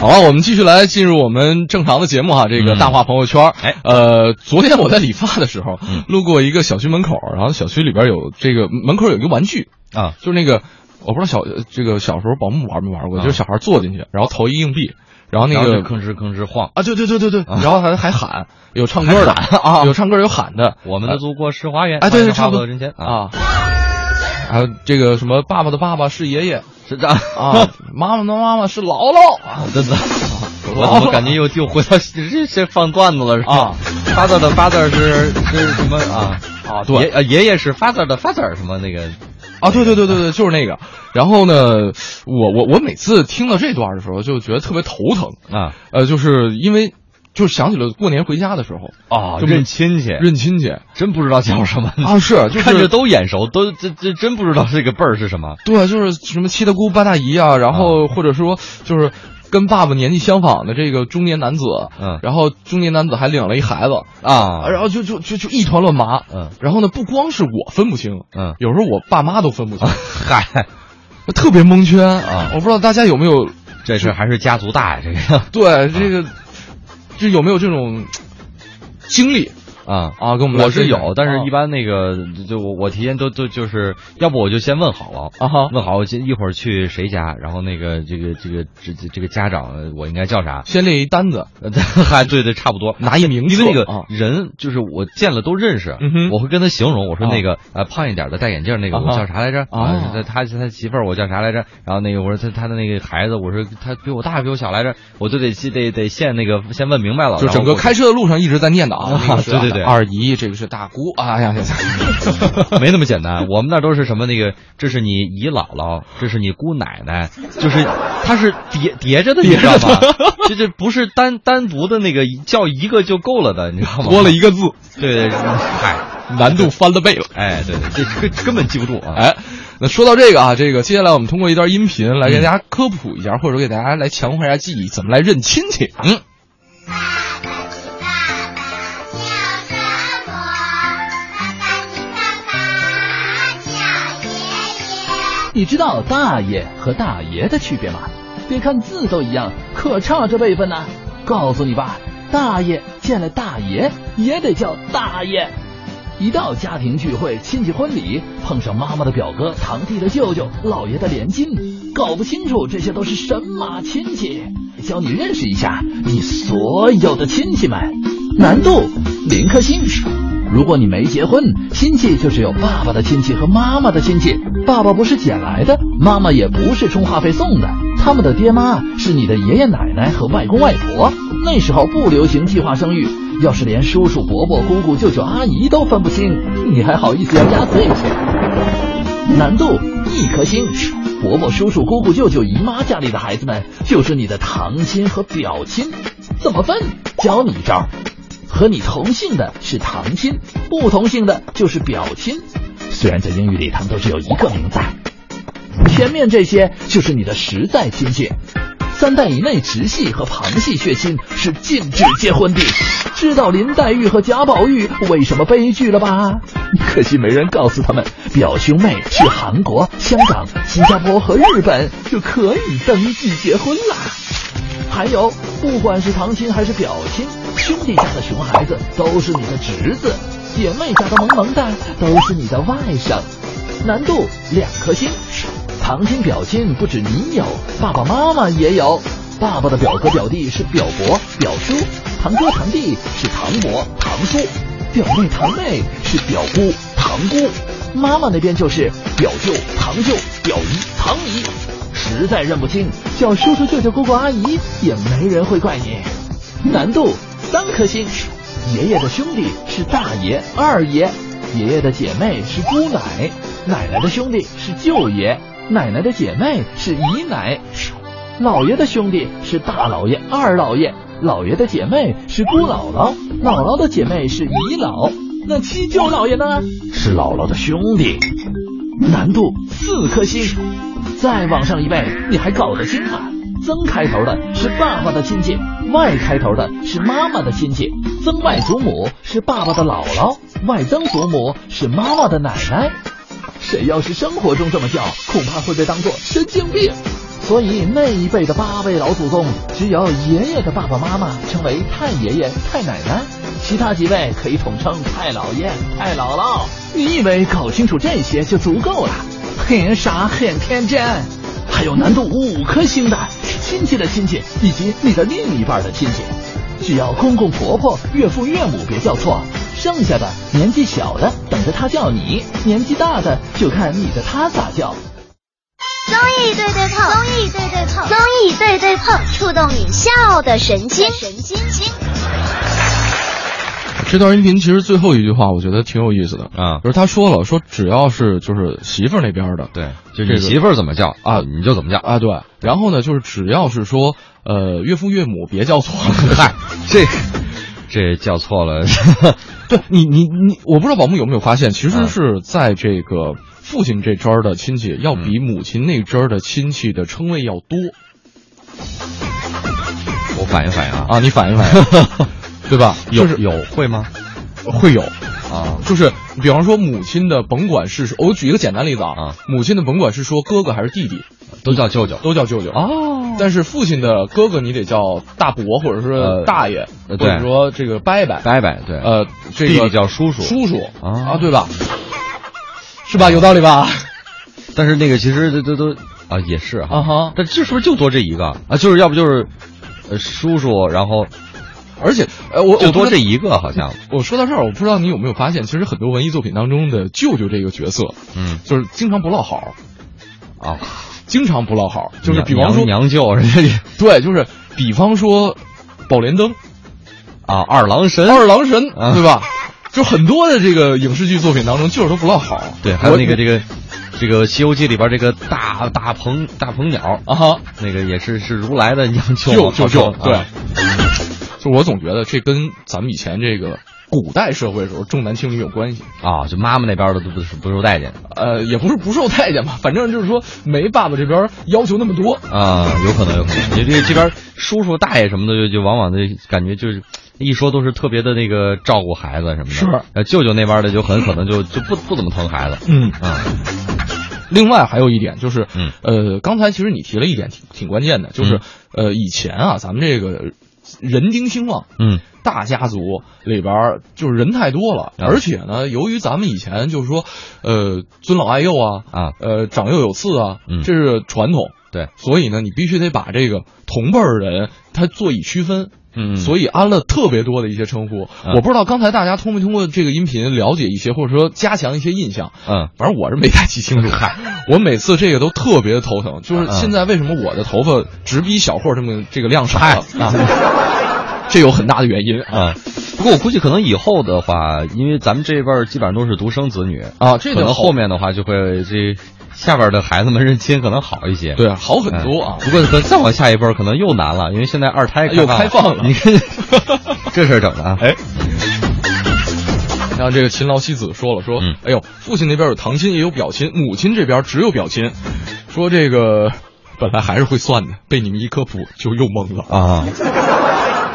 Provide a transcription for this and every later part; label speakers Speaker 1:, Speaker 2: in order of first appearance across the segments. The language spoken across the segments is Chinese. Speaker 1: 好啊，我们继续来进入我们正常的节目哈。这个
Speaker 2: 嗯
Speaker 1: 大话朋友圈，
Speaker 2: 哎
Speaker 1: 呃，昨天我在理发的时候
Speaker 2: 嗯，
Speaker 1: 路过一个小区门口，然后小区里边有这个门口有一个玩具，
Speaker 2: 啊，
Speaker 1: 就是那个我不知道小这个小时候保姆玩没玩过，
Speaker 2: 啊
Speaker 1: 就是小孩坐进去，然后投一硬币，然后那
Speaker 2: 然后
Speaker 1: 个
Speaker 2: 就吭哧吭哧晃。
Speaker 1: 啊，对对对对对，
Speaker 2: 啊
Speaker 1: 然后还还喊，有唱歌的
Speaker 2: 还喊啊
Speaker 1: 有唱歌有喊的，
Speaker 2: 我们的祖国是花园，
Speaker 1: 哎对对，
Speaker 2: 欢迎
Speaker 1: 差
Speaker 2: 花
Speaker 1: 不
Speaker 2: 落
Speaker 1: 多
Speaker 2: 人间啊，
Speaker 1: 啊，还有这个什么爸爸的爸爸是爷爷
Speaker 2: 是 这样
Speaker 1: 啊，，妈妈的妈妈是姥姥啊，
Speaker 2: 真 的，我怎么感觉又又回到这这放段子了是吧
Speaker 1: 啊？
Speaker 2: 发字的发字是是什么啊？
Speaker 1: 啊对
Speaker 2: 爷呃爷爷是发字的发字什么那个
Speaker 1: 啊，对对对对对，就是那个。然后呢，我我我每次听到这段的时候，就觉得特别头疼。
Speaker 2: 啊
Speaker 1: 呃，就是因为就想起了过年回家的时候
Speaker 2: 哦
Speaker 1: 就
Speaker 2: 认亲戚，
Speaker 1: 认亲戚
Speaker 2: 真不知道叫什么，
Speaker 1: 啊，是就
Speaker 2: 看着
Speaker 1: 是
Speaker 2: 都眼熟，都这这真不知道这个辈儿是什么。
Speaker 1: 对，就是什么七大姑八大姨啊，然后或者说就是跟爸爸年纪相仿的这个中年男子，
Speaker 2: 嗯
Speaker 1: 然后中年男子还领了一孩子，
Speaker 2: 啊
Speaker 1: 然后就就就就一团乱麻。
Speaker 2: 嗯
Speaker 1: 然后呢，不光是我分不清，
Speaker 2: 嗯，
Speaker 1: 有时候我爸妈都分不清，
Speaker 2: 嗨，
Speaker 1: 特别蒙圈
Speaker 2: 啊
Speaker 1: 我不知道大家有没有
Speaker 2: 这事儿还是家族大呀，这个
Speaker 1: 对这个，就有没有这种经历
Speaker 2: 啊。
Speaker 1: 啊？ 跟我们来
Speaker 2: 我是
Speaker 1: 分享
Speaker 2: 有，但是一
Speaker 1: 啊
Speaker 2: 般那个就我我提前都都就是，要不我就先问好了，
Speaker 1: 啊哈，
Speaker 2: 问好我先一会儿去谁家，然后那个这个这个这这这个家长呃我应该叫啥？
Speaker 1: 先列一单子，
Speaker 2: 呃还对对，差不多。
Speaker 1: 拿一名
Speaker 2: 因
Speaker 1: 册
Speaker 2: 为那个
Speaker 1: 啊
Speaker 2: 人就是我见了都认识
Speaker 1: 嗯哼，
Speaker 2: 我会跟他形容，我说
Speaker 1: 啊
Speaker 2: 那个呃胖一点的戴眼镜那个
Speaker 1: 啊
Speaker 2: 我
Speaker 1: 哈
Speaker 2: 叫啥来着？
Speaker 1: 啊
Speaker 2: 啊，他他他媳妇儿我叫啥来着？然后那个我说他他的那个孩子，我说他比我大比我小来着，我就得得得先那个先问明白了，
Speaker 1: 就
Speaker 2: 然后
Speaker 1: 整个
Speaker 2: 我
Speaker 1: 开车的路上一直在念叨啊
Speaker 2: 啊，
Speaker 1: 那个是
Speaker 2: 对对对
Speaker 1: 二姨，这个是大姑，哎呀呀 呀，
Speaker 2: 没那么简单，我们那儿都是什么那个，这是你姨姥姥，这是你姑奶奶，就是它是叠叠着的，你知道 吗？这这不是单单独的那个叫一个就够了的，你知道吗？
Speaker 1: 多了一个字，
Speaker 2: 对对，嗨，
Speaker 1: 难度翻了倍了。
Speaker 2: 哎，对，这根根本记不住啊。
Speaker 1: 哎，那说到这个啊，这个接下来我们通过一段音频来给大家科普一下，或者给大家来强化一下记忆，怎么来认亲戚。
Speaker 2: 啊
Speaker 1: 嗯，
Speaker 3: 爸爸，你爸爸叫什么？爸爸，你爸爸叫爷爷。
Speaker 4: 你知道大爷和大爷的区别吗？别看字都一样，可差这辈分呐、告诉你吧，大爷见了大爷也得叫大爷。一到家庭聚会、亲戚婚礼，碰上妈妈的表哥、堂弟的舅舅、姥爷的连襟，搞不清楚这些都是神马亲戚。教你认识一下你所有的亲戚们，难度零颗星。如果你没结婚，亲戚就是有爸爸的亲戚和妈妈的亲戚。爸爸不是捡来的，妈妈也不是充话费送的，他们的爹妈是你的爷爷奶奶和外公外婆。那时候不流行计划生育，要是连叔叔伯伯、姑姑、舅舅、阿姨都分不清，你还好意思要压岁钱？难度一颗星。伯伯、叔叔、姑姑、舅舅、姨妈家里的孩子们，就是你的堂亲和表亲，怎么分？教你一招，和你同姓的是堂亲，不同姓的就是表亲。虽然在英语里他们都只有一个名在，前面这些就是你的实在亲戚。三代以内直系和旁系血亲是禁止结婚的，知道林黛玉和贾宝玉为什么悲剧了吧？可惜没人告诉他们，表兄妹去韩国、香港、新加坡和日本就可以登记结婚啦。还有，不管是堂亲还是表亲，兄弟家的熊孩子都是你的侄子，姐妹家的萌萌哒都是你的外甥。难度两颗星，堂亲表亲不止你有，爸爸妈妈也有。爸爸的表哥表弟是表伯、表叔，堂哥堂弟是堂伯、堂叔，表妹堂妹是表姑、堂姑。妈妈那边就是表舅、堂舅、表姨、堂姨。实在认不清，叫叔叔、舅舅、姑姑、阿姨，也没人会怪你。难度三颗星。爷爷的兄弟是大爷、二爷，爷爷的姐妹是姑奶，奶奶的兄弟是舅爷，奶奶的姐妹是姨奶。姥爷的兄弟是大姥爷、二姥爷，姥爷的姐妹是姑姥姥，姥姥的姐妹是姨姥。那七舅姥爷呢？是姥姥的兄弟。难度四颗星，再往上一位，你还搞得清吗？曾开头的是爸爸的亲戚，外开头的是妈妈的亲戚，曾外祖母是爸爸的姥姥，外曾祖母是妈妈的奶奶。谁要是生活中这么叫，恐怕会被当作神经病。所以那一辈的八位老祖宗，只有爷爷的爸爸妈妈称为太爷爷、太奶奶，其他几位可以统称太姥爷、太姥姥。你以为搞清楚这些就足够了？很傻，很天真。还有难度五颗星的亲戚的亲戚，以及你的另一半的亲戚。只要公公婆婆、岳父岳母别叫错，剩下的年纪小的等着他叫你，年纪大的就看你的他咋叫。
Speaker 3: 综艺对对碰，综艺对对碰，综艺对对碰，触动你笑的神经，神经经。
Speaker 1: 这段音频其实最后一句话，我觉得挺有意思的
Speaker 2: 啊
Speaker 1: 就是他说了，说只要是就是媳妇儿那边的，
Speaker 2: 对，
Speaker 1: 这
Speaker 2: 就是
Speaker 1: 个
Speaker 2: 你媳妇儿怎么叫
Speaker 1: 啊
Speaker 2: 你就怎么叫。
Speaker 1: 啊，对，然后呢，就是只要是说呃岳父岳母别叫错了，
Speaker 2: 嗨，这这叫错了，
Speaker 1: 对你，你你，我不知道宝木有没有发现，其实是在这个父亲这支儿的亲戚，要比母亲那支儿的亲戚的称谓要多
Speaker 2: 我反应反应啊，
Speaker 1: 啊！你反应反应，对吧？
Speaker 2: 有
Speaker 1: 就是
Speaker 2: 有会吗？
Speaker 1: 会有，
Speaker 2: 啊，
Speaker 1: 就是比方说母亲的，甭管是说我举一个简单例子啊
Speaker 2: 啊，
Speaker 1: 母亲的甭管是说哥哥还是弟弟，
Speaker 2: 都叫舅舅。
Speaker 1: 都叫舅舅。
Speaker 2: 哦，
Speaker 1: 但是父亲的哥哥你得叫大伯，或者说
Speaker 2: 呃
Speaker 1: 大爷，或
Speaker 2: 呃对
Speaker 1: 者说这个伯伯，
Speaker 2: 拜拜，对，
Speaker 1: 呃，这个
Speaker 2: 弟弟叫叔叔
Speaker 1: 叔叔
Speaker 2: 啊
Speaker 1: 啊，对吧？是吧？有道理吧？
Speaker 2: 但是那个其实都都都啊也是哈，
Speaker 1: 啊哈，
Speaker 2: 但这是不是就多这一个啊？就是要不就是，呃，叔叔，然后
Speaker 1: 而且，呃，我
Speaker 2: 就
Speaker 1: 我不
Speaker 2: 多
Speaker 1: 知
Speaker 2: 这一个好像，
Speaker 1: 我说到这儿，我不知道你有没有发现，其实很多文艺作品当中的舅舅这个角色，
Speaker 2: 嗯
Speaker 1: 就是经常不落好，
Speaker 2: 啊，
Speaker 1: 经常不落好，就是比方
Speaker 2: 娘
Speaker 1: 说，
Speaker 2: 娘舅人家这
Speaker 1: 对，就是比方说，宝莲灯、
Speaker 2: 啊二郎神，
Speaker 1: 二郎神，
Speaker 2: 啊
Speaker 1: 对吧？就很多的这个影视剧作品当中，舅舅都不落好。
Speaker 2: 对，还有
Speaker 1: 我
Speaker 2: 那个这个这个《西游记》里边这个大大鹏大鹏鸟
Speaker 1: 啊哈，
Speaker 2: 那个也是是如来的娘舅
Speaker 1: 舅
Speaker 2: 嘛，
Speaker 1: 舅舅
Speaker 2: 好像，
Speaker 1: 对
Speaker 2: 啊。
Speaker 1: 就我总觉得这跟咱们以前这个古代社会的时候重男轻女有关系。
Speaker 2: 啊，就妈妈那边的都不是不受待见
Speaker 1: 呃，也不是不受待见吧，反正就是说没爸爸这边要求那么多。
Speaker 2: 啊，有可能有可能，你这这边叔叔大爷什么的，就就往往的感觉就是。一说都是特别的那个照顾孩子什么的，
Speaker 1: 是
Speaker 2: 呃，舅舅那边的就很可能就就不不怎么疼孩子，
Speaker 1: 嗯
Speaker 2: 啊，
Speaker 1: 另外还有一点就是，
Speaker 2: 嗯
Speaker 1: 呃，刚才其实你提了一点挺挺关键的，就是、呃，以前啊，咱们这个人丁兴旺，
Speaker 2: 嗯，
Speaker 1: 大家族里边儿就是人太多了，
Speaker 2: 啊
Speaker 1: 而且呢，由于咱们以前就是说，呃，尊老爱幼啊，
Speaker 2: 啊
Speaker 1: 呃，长幼有次啊，
Speaker 2: 嗯
Speaker 1: 这是传统，
Speaker 2: 对，
Speaker 1: 所以呢，你必须得把这个同辈儿人他做以区分。
Speaker 2: 嗯啊
Speaker 1: 所以安了特别多的一些称呼，我不知道刚才大家通没通过这个音频了解一些，或者说加强一些印象。
Speaker 2: 嗯，
Speaker 1: 反正我是没太记清楚。啊 我每次这个都特别头疼，就是
Speaker 2: 嗯
Speaker 1: 现在为什么我的头发只比小霍这么这个量少了啊？这有很大的原因啊
Speaker 2: 啊，不过我估计可能以后的话，因为咱们这一辈儿基本上都是独生子女，
Speaker 1: 啊！这
Speaker 2: 可
Speaker 1: 个
Speaker 2: 能
Speaker 1: 好
Speaker 2: 后面的话就会这下边的孩子们认亲可能好一些，
Speaker 1: 对啊好很多啊
Speaker 2: 嗯。不过可再往下一辈儿可能又难了，因为现在二胎
Speaker 1: 又开放了
Speaker 2: 你看这事儿整的啊，
Speaker 1: 哎，像这个勤劳妻子说了说，
Speaker 2: 嗯
Speaker 1: 哎呦，父亲那边有堂亲也有表亲，母亲这边只有表亲，说这个本来还是会算的，被你们一科普就又懵了。
Speaker 2: 啊。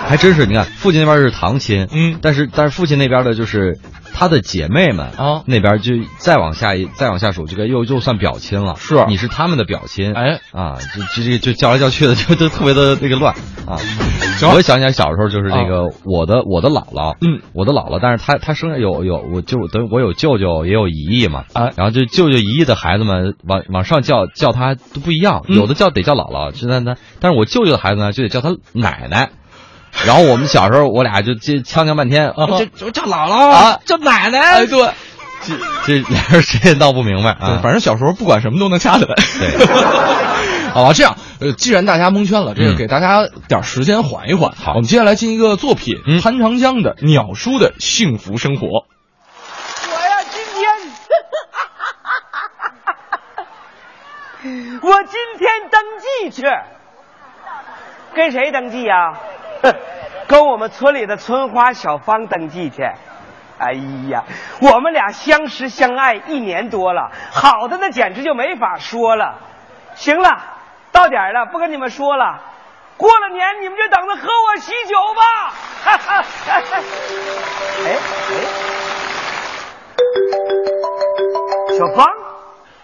Speaker 2: 还真是，你看父亲那边是堂亲，
Speaker 1: 嗯
Speaker 2: 但是但是父亲那边的就是他的姐妹们
Speaker 1: 啊
Speaker 2: 那边就再往下一再往下数，这个又又算表亲了，
Speaker 1: 是
Speaker 2: 你是他们的表亲，
Speaker 1: 哎
Speaker 2: 啊，就就这个就叫来叫去的，就就特别的那个乱啊。
Speaker 1: 行
Speaker 2: 我想起来小时候就是那个我的我的姥姥，
Speaker 1: 嗯，
Speaker 2: 我的姥姥，但是她她生下有有我就等于我有舅舅也有姨姨嘛，
Speaker 1: 哎
Speaker 2: 然后就舅舅姨姨的孩子们往往上叫叫她都不一样，
Speaker 1: 嗯
Speaker 2: 有的叫得叫姥姥，是那那，但是我舅舅的孩子呢就得叫他奶奶。然后我们小时候，我俩就这呛呛半天，
Speaker 1: 啊
Speaker 2: 这这叫姥姥
Speaker 1: 啊
Speaker 2: 叫奶奶，
Speaker 1: 哎，对，
Speaker 2: 这这俩人谁也闹不明白啊
Speaker 1: 对，。反正小时候不管什么都能掐起来。
Speaker 2: 对，
Speaker 1: 好吧，这样，呃，既然大家蒙圈了，这个
Speaker 2: 嗯
Speaker 1: 给大家点儿时间缓一缓。
Speaker 2: 好
Speaker 1: 我们接下来进一个作品，
Speaker 2: 嗯
Speaker 1: 潘长江的《鸟叔的幸福生活》。
Speaker 5: 我呀，今天，哎我今天登记去，跟谁登记呀、哼跟我们村里的村花小芳登记去。哎呀，我们俩相识相爱一年多了，好的那简直就没法说了。行了，到点儿了，不跟你们说了。过了年你们就等着喝我喜酒吧。哈哈哈哈哎 哎。小芳，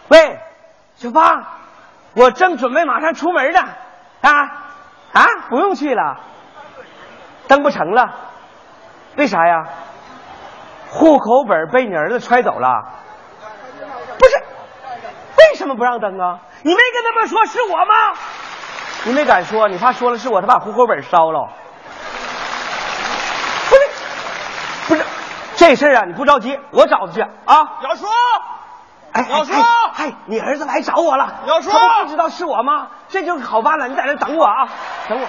Speaker 5: 喂，小芳，我正准备马上出门呢，啊啊，不用去了，登不成了，为啥呀？户口本被你儿子揣走了？不是，为什么不让登啊？你没跟他们说是我吗？你没敢说，你怕说了是我，他把户口本烧了。不是，不是，这事儿啊，你不着急，我找他去啊。
Speaker 6: 小叔，
Speaker 5: 哎，
Speaker 6: 鸟叔
Speaker 5: 哎，哎你儿子来找我了，
Speaker 6: 鸟叔
Speaker 5: 他们不知道是我吗？这就好办了，你在这等我啊，等我。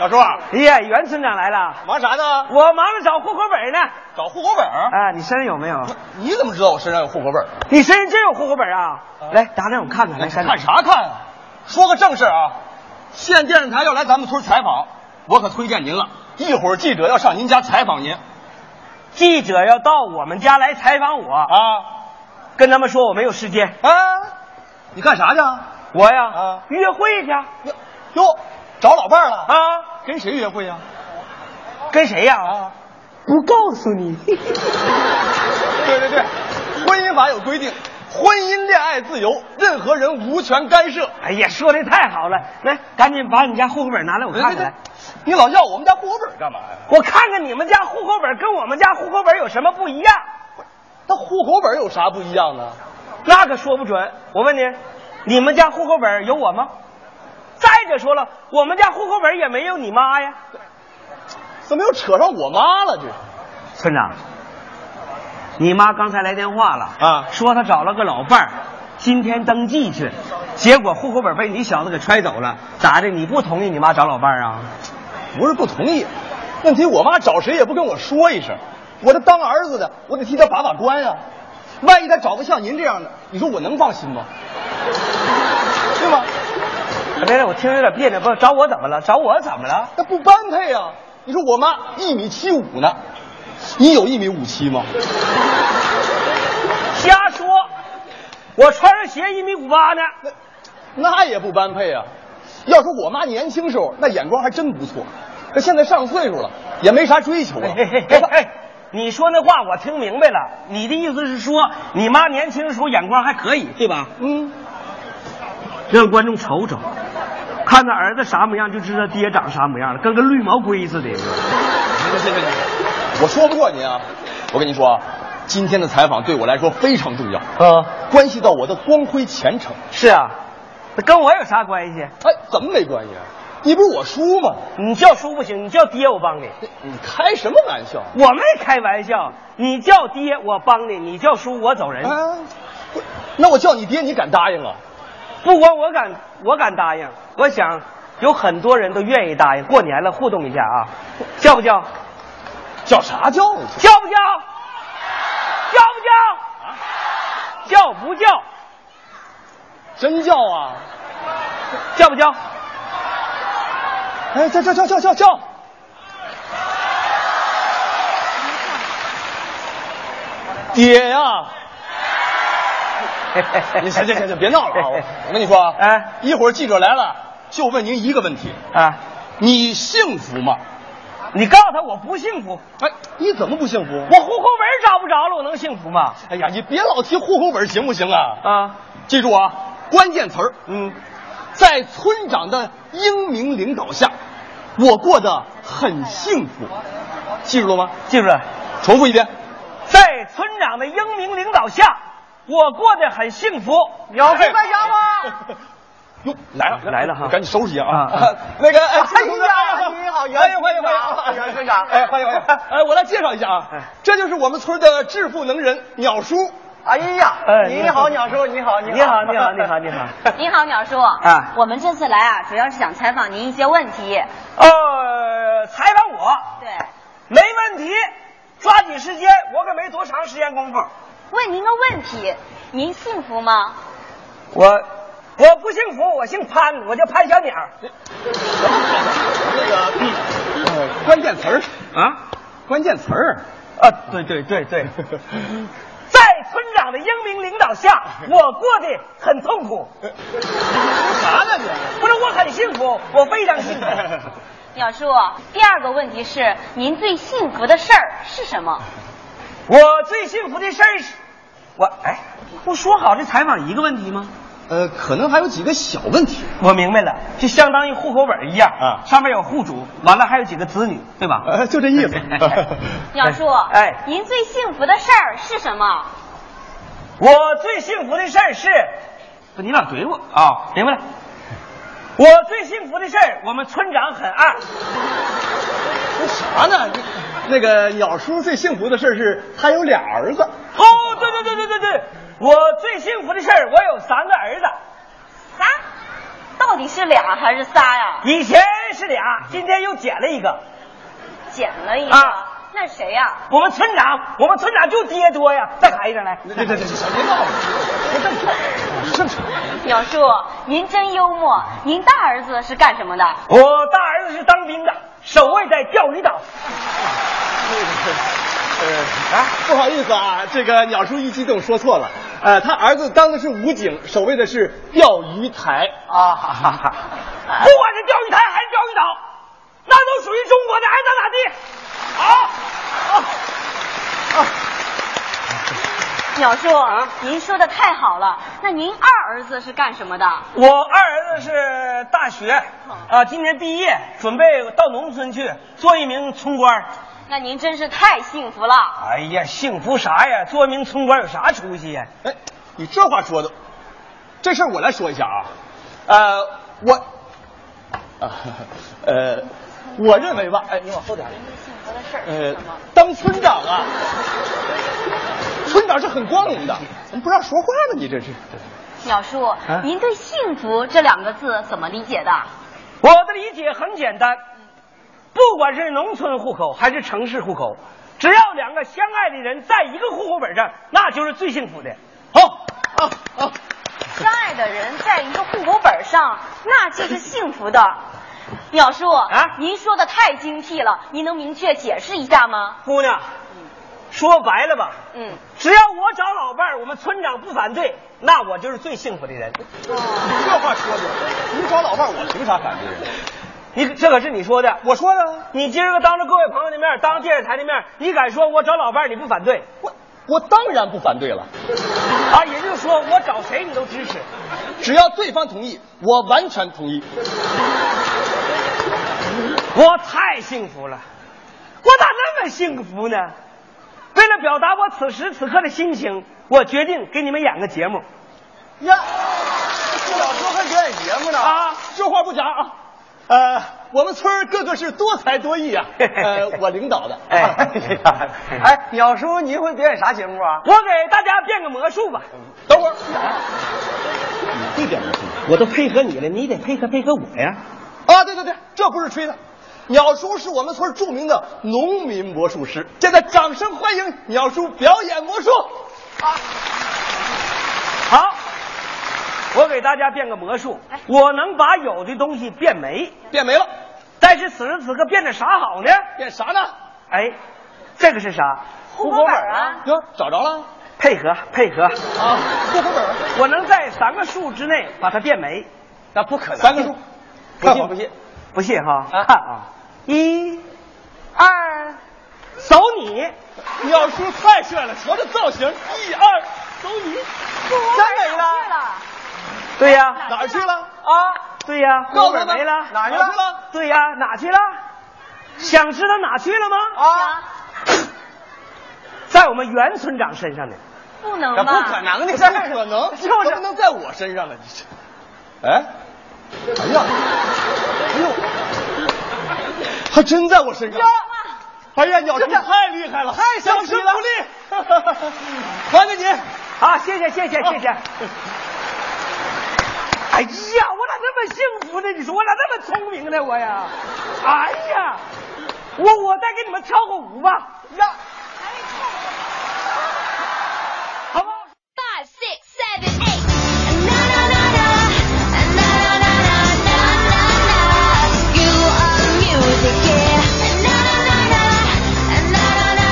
Speaker 6: 小叔，啊
Speaker 5: 哎呀，袁村长来了，
Speaker 6: 忙啥呢？
Speaker 5: 我忙着找户口本呢。
Speaker 6: 找户口本儿。
Speaker 5: 啊，你身上有没有？
Speaker 6: 你怎么知道我身上有户口本儿？啊
Speaker 5: 你身上真有户口本啊？来，打量我看看，来，山长
Speaker 6: 看啥看啊？说个正事儿啊！县电视台要来咱们村采访，我可推荐您了。一会儿记者要上您家采访您
Speaker 5: 记者要到我们家来采访我，
Speaker 6: 啊
Speaker 5: 跟他们说我没有时间，
Speaker 6: 啊！你干啥去？啊？
Speaker 5: 我呀、
Speaker 6: 啊
Speaker 5: 约会去
Speaker 6: 哟哟，找老伴儿了啊？
Speaker 5: 啊，
Speaker 6: 跟谁约会呀？
Speaker 5: 跟谁呀、
Speaker 6: 啊，
Speaker 5: 不告诉你。
Speaker 6: 对对对，婚姻法有规定，婚姻恋爱自由，任何人无权干涉。
Speaker 5: 哎呀，说的太好了，来，赶紧把你家户口本拿来，我看看来。
Speaker 6: 你老要我们家户口本干嘛呀？
Speaker 5: 我看看你们家户口本跟我们家户口本有什么不一样，
Speaker 6: 那户口本有啥不一样呢？
Speaker 5: 那可说不准。我问你，你们家户口本有我吗？再者说了，我们家户口本也没有你妈呀。
Speaker 6: 怎么又扯上我妈了？这是
Speaker 5: 村长，你妈刚才来电话了
Speaker 6: 啊
Speaker 5: 说她找了个老伴儿，今天登记去，结果户口本被你小子给揣走了，咋的？你不同意你妈找老伴儿啊？
Speaker 6: 不是不同意？问题我妈找谁也不跟我说一声，我这当儿子的，我得替她把把关呀、万一她找个像您这样的，你说我能放心吗？对吧？
Speaker 5: 别别，我听着有点别扭，不找我怎么了？找我怎么了？
Speaker 6: 那不般配呀、你说我妈一米七五呢，你有一米五七吗？
Speaker 5: 瞎说，我穿上鞋一米五八呢。
Speaker 6: 那也不般配啊。要说我妈年轻时候那眼光还真不错，可现在上岁数了，也没啥追求了。
Speaker 5: 嘿嘿嘿嘿，哎你说那话我听明白了，你的意思是说你妈年轻时候眼光还可以，对吧？
Speaker 6: 嗯，
Speaker 5: 让观众瞅瞅，看他儿子啥模样就知道爹长啥模样了，跟个绿毛龟似的。
Speaker 6: 行行行行，我说不过您啊。我跟你说啊，今天的采访对我来说非常重要，
Speaker 5: 啊，
Speaker 6: 关系到我的光辉前程。
Speaker 5: 是啊，那跟我有啥关系？
Speaker 6: 哎，怎么没关系啊？你不是我叔吗？
Speaker 5: 你叫叔不行，你叫爹我帮你。
Speaker 6: 你开什么玩笑？
Speaker 5: 我没开玩笑，你叫爹我帮你，你叫叔我走人。
Speaker 6: 啊，不是那我叫你爹，你敢答应啊？
Speaker 5: 不光我敢，我敢答应，我想有很多人都愿意答应。过年了，互动一下啊，叫不叫？
Speaker 6: 叫啥叫啊？
Speaker 5: 叫不叫？叫不叫？叫不叫？
Speaker 6: 真叫啊！
Speaker 5: 叫不叫？
Speaker 6: 哎，叫叫叫叫叫叫！爹呀、你 行行行行，别闹了啊！我我跟你说啊，
Speaker 5: 哎
Speaker 6: 一会儿记者来了，就问您一个问题：
Speaker 5: 啊！
Speaker 6: 你幸福吗？
Speaker 5: 你告诉他我不幸福，
Speaker 6: 哎，你怎么不幸福？
Speaker 5: 我户口本找不着了，我能幸福吗？
Speaker 6: 哎呀，你别老提户口本行不行啊？
Speaker 5: 啊，
Speaker 6: 记住啊，关键词儿，
Speaker 5: 嗯，
Speaker 6: 在村长的英明领导下，我过得很幸福，记住了吗？
Speaker 5: 记住了，
Speaker 6: 重复一遍。
Speaker 5: 在村长的英明领导下，我过得很幸福。有
Speaker 6: 白
Speaker 5: 黑白讲吗？？
Speaker 6: 哟，来了
Speaker 5: 来了哈
Speaker 6: 赶紧收拾一下啊！
Speaker 5: 啊
Speaker 6: 那个，哎，
Speaker 5: 哎呀你好袁
Speaker 6: 欢迎欢迎欢迎啊
Speaker 5: 村长袁村长
Speaker 6: 哎，欢迎欢迎！ 哎，我来介绍一下啊
Speaker 5: 哎，
Speaker 6: 这就是我们村的致富能人鸟叔。
Speaker 7: 哎呀，
Speaker 5: 哎
Speaker 7: 你好，鸟叔，你好，
Speaker 5: 你好，你好，你好，你好。
Speaker 8: 你好，鸟叔。
Speaker 5: 啊
Speaker 8: 我们这次来啊，主要是想采访您一些问题。
Speaker 5: 呃，采访我
Speaker 8: 对，
Speaker 5: 没问题，抓紧时间，我可没多长时间功夫。
Speaker 8: 问您个问题：您幸福吗？
Speaker 5: 我我不幸福，我姓潘，我叫潘小鸟。
Speaker 6: 那个，呃 关键词儿，
Speaker 5: 啊
Speaker 6: 关键词儿，
Speaker 5: 啊，对对对对，在村长的英明领导下，我过得很痛苦。
Speaker 6: 啥呢你？
Speaker 5: 不是，我很幸福，我非常幸福。
Speaker 8: 鸟叔，第二个问题是您最幸福的事儿是什么？
Speaker 5: 我最幸福的事儿是，我哎，不说好这采访一个问题吗？
Speaker 6: 呃，可能还有几个小问题。
Speaker 5: 我明白了，就相当于户口本一样
Speaker 6: 啊
Speaker 5: 上面有户主，完了还有几个子女，对吧？
Speaker 6: 呃，就这意思。
Speaker 8: 鸟叔，
Speaker 5: 哎
Speaker 8: 您最幸福的事儿是什么？
Speaker 5: 我最幸福的事儿是，不，你老怼我啊、明白了。我最幸福的事儿，我们村长很二，哦
Speaker 6: 啥呢？啊那个鸟叔最幸福的事儿是他有俩儿子。
Speaker 5: 哦，对对对对对对，我最幸福的事儿，我有三个儿子，
Speaker 8: 仨，到底是俩还是仨呀？
Speaker 5: 以前是俩，今天又减了一个。
Speaker 8: 捡了一个，
Speaker 5: 啊
Speaker 8: 那谁呀？
Speaker 5: 我们村长，我们村长就爹多呀，再喊一声来。
Speaker 6: 对对对，对小别闹了，别这么说，正常。
Speaker 8: 鸟叔，您真幽默。您大儿子是干什么的？
Speaker 5: 我大儿子是当兵的，守卫在钓鱼岛。
Speaker 6: 啊，不好意思啊，这个鸟叔一激动说错了。呃，他儿子当的是武警，守卫的是钓鱼台。
Speaker 5: 啊，哈哈哈！不管是钓鱼台还是钓鱼岛，那都属于中国的，爱咋咋地。好，好，哦
Speaker 8: 鸟叔，
Speaker 5: 啊
Speaker 8: 您说的太好了。那您二儿子是干什么的？
Speaker 5: 我二儿子是大学啊，今年毕业，准备到农村去做一名村官。
Speaker 8: 那您真是太幸福了。
Speaker 5: 哎呀，幸福啥呀？做一名村官有啥出息呀？
Speaker 6: 哎，你这话说的，这事儿我来说一下啊。呃，我，啊，呃，我认为吧，哎，你往后点儿。
Speaker 8: 幸福的事儿
Speaker 6: 呃，当村长啊，村长是很光荣的。怎么不让说话呢？你这是？
Speaker 8: 鸟叔，您对“幸福”这两个字怎么理解 的？
Speaker 5: 我的理解很简单，不管是农村户口还是城市户口，只要两个相爱的人在一个户口本上，那就是最幸福的。哦
Speaker 6: 好，啊啊，
Speaker 8: 相爱的人在一个户口本上，那就是幸福的。鸟叔，
Speaker 5: 啊
Speaker 8: 您说的太精辟了，您能明确解释一下吗？
Speaker 5: 姑娘，说白了吧，
Speaker 8: 嗯，
Speaker 5: 只要我找老伴儿，我们村长不反对，那我就是最幸福的人。
Speaker 6: 你这话说的，你找老伴儿，我凭啥反对人？啊
Speaker 5: 你这可是你说的，我说的。你今儿个当着各位朋友的面，当电视台的面，你敢说我找老伴儿你不反对？
Speaker 6: 我我当然不反对了，
Speaker 5: 啊，也就是说我找谁你都支持。
Speaker 6: 只要对方同意，我完全同意。
Speaker 5: 我太幸福了，我咋那么幸福呢？为了表达我此时此刻的心情，我决定给你们演个节目。
Speaker 6: 呀，这老说还表演节目呢
Speaker 5: 啊
Speaker 6: 啊！这话不假啊。呃，我们村儿个个是多才 多艺啊。呃，我领导的。
Speaker 5: 哎
Speaker 6: 啊
Speaker 7: 哎，鸟叔，您会表演啥节目啊？
Speaker 5: 我给大家变个魔术吧。
Speaker 6: 等会儿。你会点吗？
Speaker 5: 我都配合你了，你得配合配合我呀。
Speaker 6: 啊，对对对，这不是吹的。鸟叔是我们村著名的农民魔术师，现在掌声欢迎鸟叔表演魔术。
Speaker 5: 好，我给大家变个魔术，我能把有的东西变没，
Speaker 6: 变没了，
Speaker 5: 但是此时此刻变得啥好呢？
Speaker 6: 变啥呢？
Speaker 5: 哎，这个是啥？
Speaker 8: 户口本儿啊，
Speaker 6: 哟，找着了
Speaker 5: 配合配合，
Speaker 6: 啊！户口本儿，
Speaker 5: 我能在三个数之内把它变没，
Speaker 7: 那不可能，
Speaker 6: 三个数，
Speaker 7: 不信不信，
Speaker 5: 不信哈？
Speaker 7: 啊
Speaker 5: 看啊，一、二，走你。
Speaker 6: 鸟叔太帅了，瞧这造型，一二，走你，
Speaker 5: 真没了
Speaker 8: 对了，
Speaker 5: 对呀、
Speaker 6: 哪儿去了？
Speaker 5: 啊，对呀、户
Speaker 6: 告
Speaker 5: 口
Speaker 6: 诉他
Speaker 5: 本
Speaker 6: 们
Speaker 5: 没了，
Speaker 6: 哪儿去了？
Speaker 5: 对呀、哪去了？想知道哪去了吗？
Speaker 6: 啊，
Speaker 5: 在我们袁村长身上呢。
Speaker 8: 不能
Speaker 6: 那
Speaker 8: 吧？
Speaker 6: 不可能的事儿，不可能，
Speaker 5: 就是
Speaker 6: 怎么能在我身上呢？你这，哎，哎呀，哎呦，还真在我身上。哎呀，鸟叔太厉害了，太
Speaker 5: 神
Speaker 6: 掌
Speaker 5: 奇
Speaker 6: 声
Speaker 5: 了
Speaker 6: 鼓励，还给你。
Speaker 5: 啊，谢谢谢谢谢谢。 哎呀，我咋那么幸福呢？你说我咋那么聪明呢？我呀，哎呀，我我再给你们跳个舞吧，让，好不好？
Speaker 3: Five, six, seven, eight. Na na na na, na na na na na na na. You are music, yeah. Na na na na, na na na na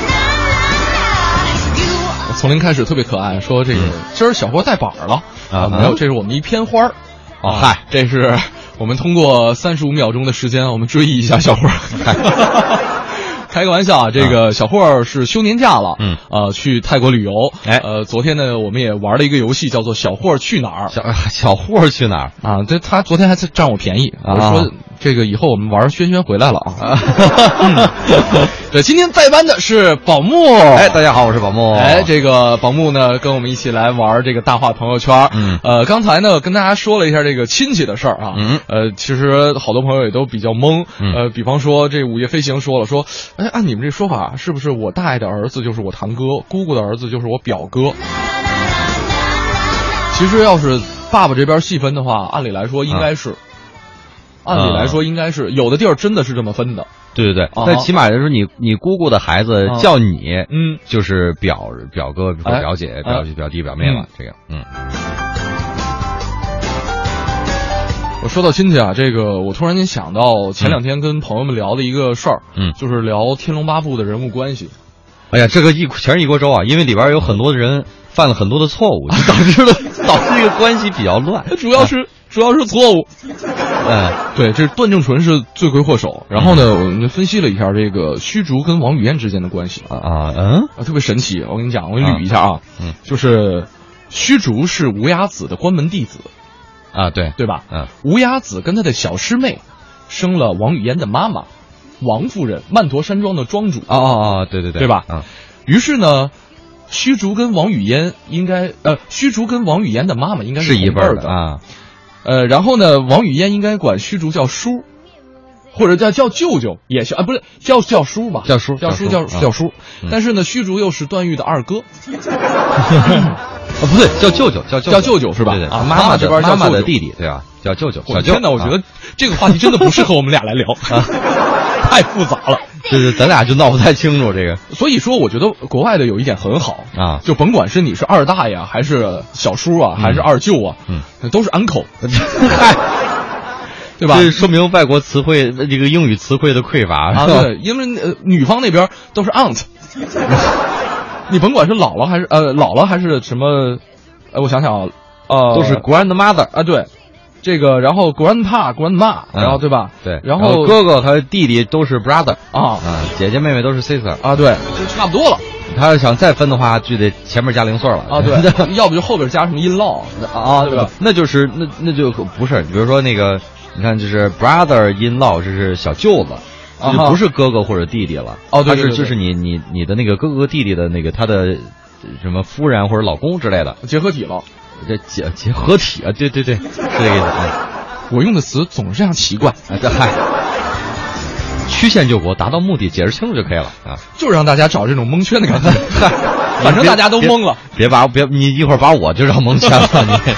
Speaker 3: na na. You are.
Speaker 1: 从零开始特别可爱，说这个今儿小郭带板儿了
Speaker 2: 嗯啊
Speaker 1: 没有，这是我们一片花儿。
Speaker 2: 哦
Speaker 1: 啊
Speaker 2: 嗨，
Speaker 1: 这是我们通过三十五秒钟的时间，我们追忆一下小郭儿。 开个玩笑啊，这个小霍儿是休年假了，
Speaker 2: 嗯
Speaker 1: 呃，去泰国旅游，
Speaker 2: 哎
Speaker 1: 呃，昨天呢，我们也玩了一个游戏，叫做“小霍儿去哪儿”。
Speaker 2: 小 小霍儿去哪儿？
Speaker 1: 啊，对他昨天还在占我便宜，我
Speaker 2: 啊
Speaker 1: 说这个以后我们玩轩轩回 来了啊。对，今天代班的是宝木，
Speaker 2: 哎，大家好，我是宝木。
Speaker 1: 哎，这个宝木呢，跟我们一起来玩这个大话朋友圈。
Speaker 2: 嗯
Speaker 1: 呃，刚才呢跟大家说了一下这个亲戚的事儿啊。
Speaker 2: 嗯
Speaker 1: 呃，其实好多朋友也都比较懵。
Speaker 2: 嗯
Speaker 1: 呃，比方说这《午夜飞行》说了说，哎，按你们这说法，是不是我大爷的儿子就是我堂哥，姑姑的儿子就是我表哥？其实要是爸爸这边细分的话，按理来说应该是。
Speaker 2: 嗯
Speaker 1: 按理来说应该是有的地儿真的是这么分的，
Speaker 2: 对对对
Speaker 1: 啊，
Speaker 2: 但起码就是你你姑姑的孩子
Speaker 1: 啊
Speaker 2: 叫你，
Speaker 1: 嗯，
Speaker 2: 就是表表哥、或
Speaker 1: 哎
Speaker 2: 者表姐、表表弟、表妹了。这个，嗯，
Speaker 1: 我说到亲戚啊，这个我突然间想到前两天跟朋友们聊的一个事儿，
Speaker 2: 嗯
Speaker 1: 就是聊《天龙八部》的人物关系。
Speaker 2: 哎呀，这个一全是一锅粥啊，因为里边有很多人犯了很多的错误，就导致 了导致这个关系比较乱。
Speaker 1: 主要是、主要是错误，
Speaker 2: 嗯，
Speaker 1: 哎对，这段正淳是罪魁祸首。然后呢，我们分析了一下这个虚竹跟王语嫣之间的关系
Speaker 2: 啊啊嗯
Speaker 1: 啊，特别神奇。我跟你讲，我给你捋一下啊，
Speaker 2: 嗯
Speaker 1: 就是虚竹是无崖子的关门弟子，
Speaker 2: 啊对
Speaker 1: 对吧？
Speaker 2: 嗯
Speaker 1: 无崖子跟他的小师妹生了王语嫣的妈妈，王夫人，曼陀山庄的庄主。
Speaker 2: 哦哦哦对对对
Speaker 1: 对吧
Speaker 2: 嗯
Speaker 1: 于是呢，虚竹跟王语嫣应该呃，虚竹跟王语嫣的妈妈应该
Speaker 2: 是一
Speaker 1: 同辈
Speaker 2: 辈
Speaker 1: 儿
Speaker 2: 儿
Speaker 1: 的
Speaker 2: 的。啊
Speaker 1: 呃，然后呢，王语嫣应该管虚竹叫叔，或者叫叫舅舅也行啊，不是叫叫叔吧？
Speaker 2: 叫叔
Speaker 1: 叫叔
Speaker 2: 叫
Speaker 1: 叫
Speaker 2: 叔
Speaker 1: 叫
Speaker 2: 啊
Speaker 1: 叔
Speaker 2: 嗯。
Speaker 1: 但是呢，虚竹又是段誉的二哥，
Speaker 2: 啊不对叫舅舅叫舅
Speaker 1: 叫舅舅是吧
Speaker 2: 对对
Speaker 1: 啊
Speaker 2: 妈
Speaker 1: 妈妈
Speaker 2: 妈
Speaker 1: 这
Speaker 2: 的
Speaker 1: 边叫
Speaker 2: 妈妈
Speaker 1: 舅
Speaker 2: 的
Speaker 1: 舅
Speaker 2: 弟弟对吧？叫舅舅
Speaker 1: 我
Speaker 2: 小
Speaker 1: 的
Speaker 2: 舅。
Speaker 1: 天哪，我觉
Speaker 2: 啊
Speaker 1: 得这个话题真的不适合我们俩来 聊，太复杂了。
Speaker 2: 对对，咱俩就闹不太清楚这个。
Speaker 1: 所以说，我觉得国外的有一点很好
Speaker 2: 啊
Speaker 1: 就甭管是你是二大爷啊还是小叔啊，还是二舅啊，嗯，都是 uncle，对吧？
Speaker 2: 这说明外国词汇这个英语词汇的匮乏
Speaker 1: 啊，
Speaker 2: 是吧
Speaker 1: 对，因为呃女方那边都是 aunt，你甭管是姥姥还是呃姥姥还是什么，呃，我想想啊，呃，
Speaker 2: 都是 grandmother。
Speaker 1: 啊，对，这个然后 grandpa grandma，
Speaker 2: 嗯
Speaker 1: 然后对吧？
Speaker 2: 对，
Speaker 1: 然
Speaker 2: 后
Speaker 1: 后
Speaker 2: 哥哥和弟弟都是 brother
Speaker 1: 啊
Speaker 2: 啊，姐姐妹妹都是 sister。
Speaker 1: 啊，对，就差不多了
Speaker 2: 他要想再分的话，就得前面加零碎了
Speaker 1: 啊， 对，要不就后边加什么 in law
Speaker 2: 啊，
Speaker 1: 啊，对吧？
Speaker 2: 那就是那那就不是，比如说那个，你看就是 brother in law，这是小舅子。
Speaker 1: 啊
Speaker 2: 就不是哥哥或者弟弟了，
Speaker 1: 哦对
Speaker 2: 他
Speaker 1: 对
Speaker 2: 是
Speaker 1: 对
Speaker 2: 就是你你你的那个哥哥弟弟的那个他的什么夫人或者老公之类的，
Speaker 1: 结合体了，
Speaker 2: 这结结合体啊，对对对，是这个意思。嗯
Speaker 1: 我用的词总是这样奇怪，
Speaker 2: 啊，这嗨，曲线救国，达到目的，解释清楚就可以了啊。
Speaker 1: 就是让大家找这种蒙圈的感觉，反正大家都懵了。
Speaker 2: 别，别把别你一会儿把我就让蒙圈了你。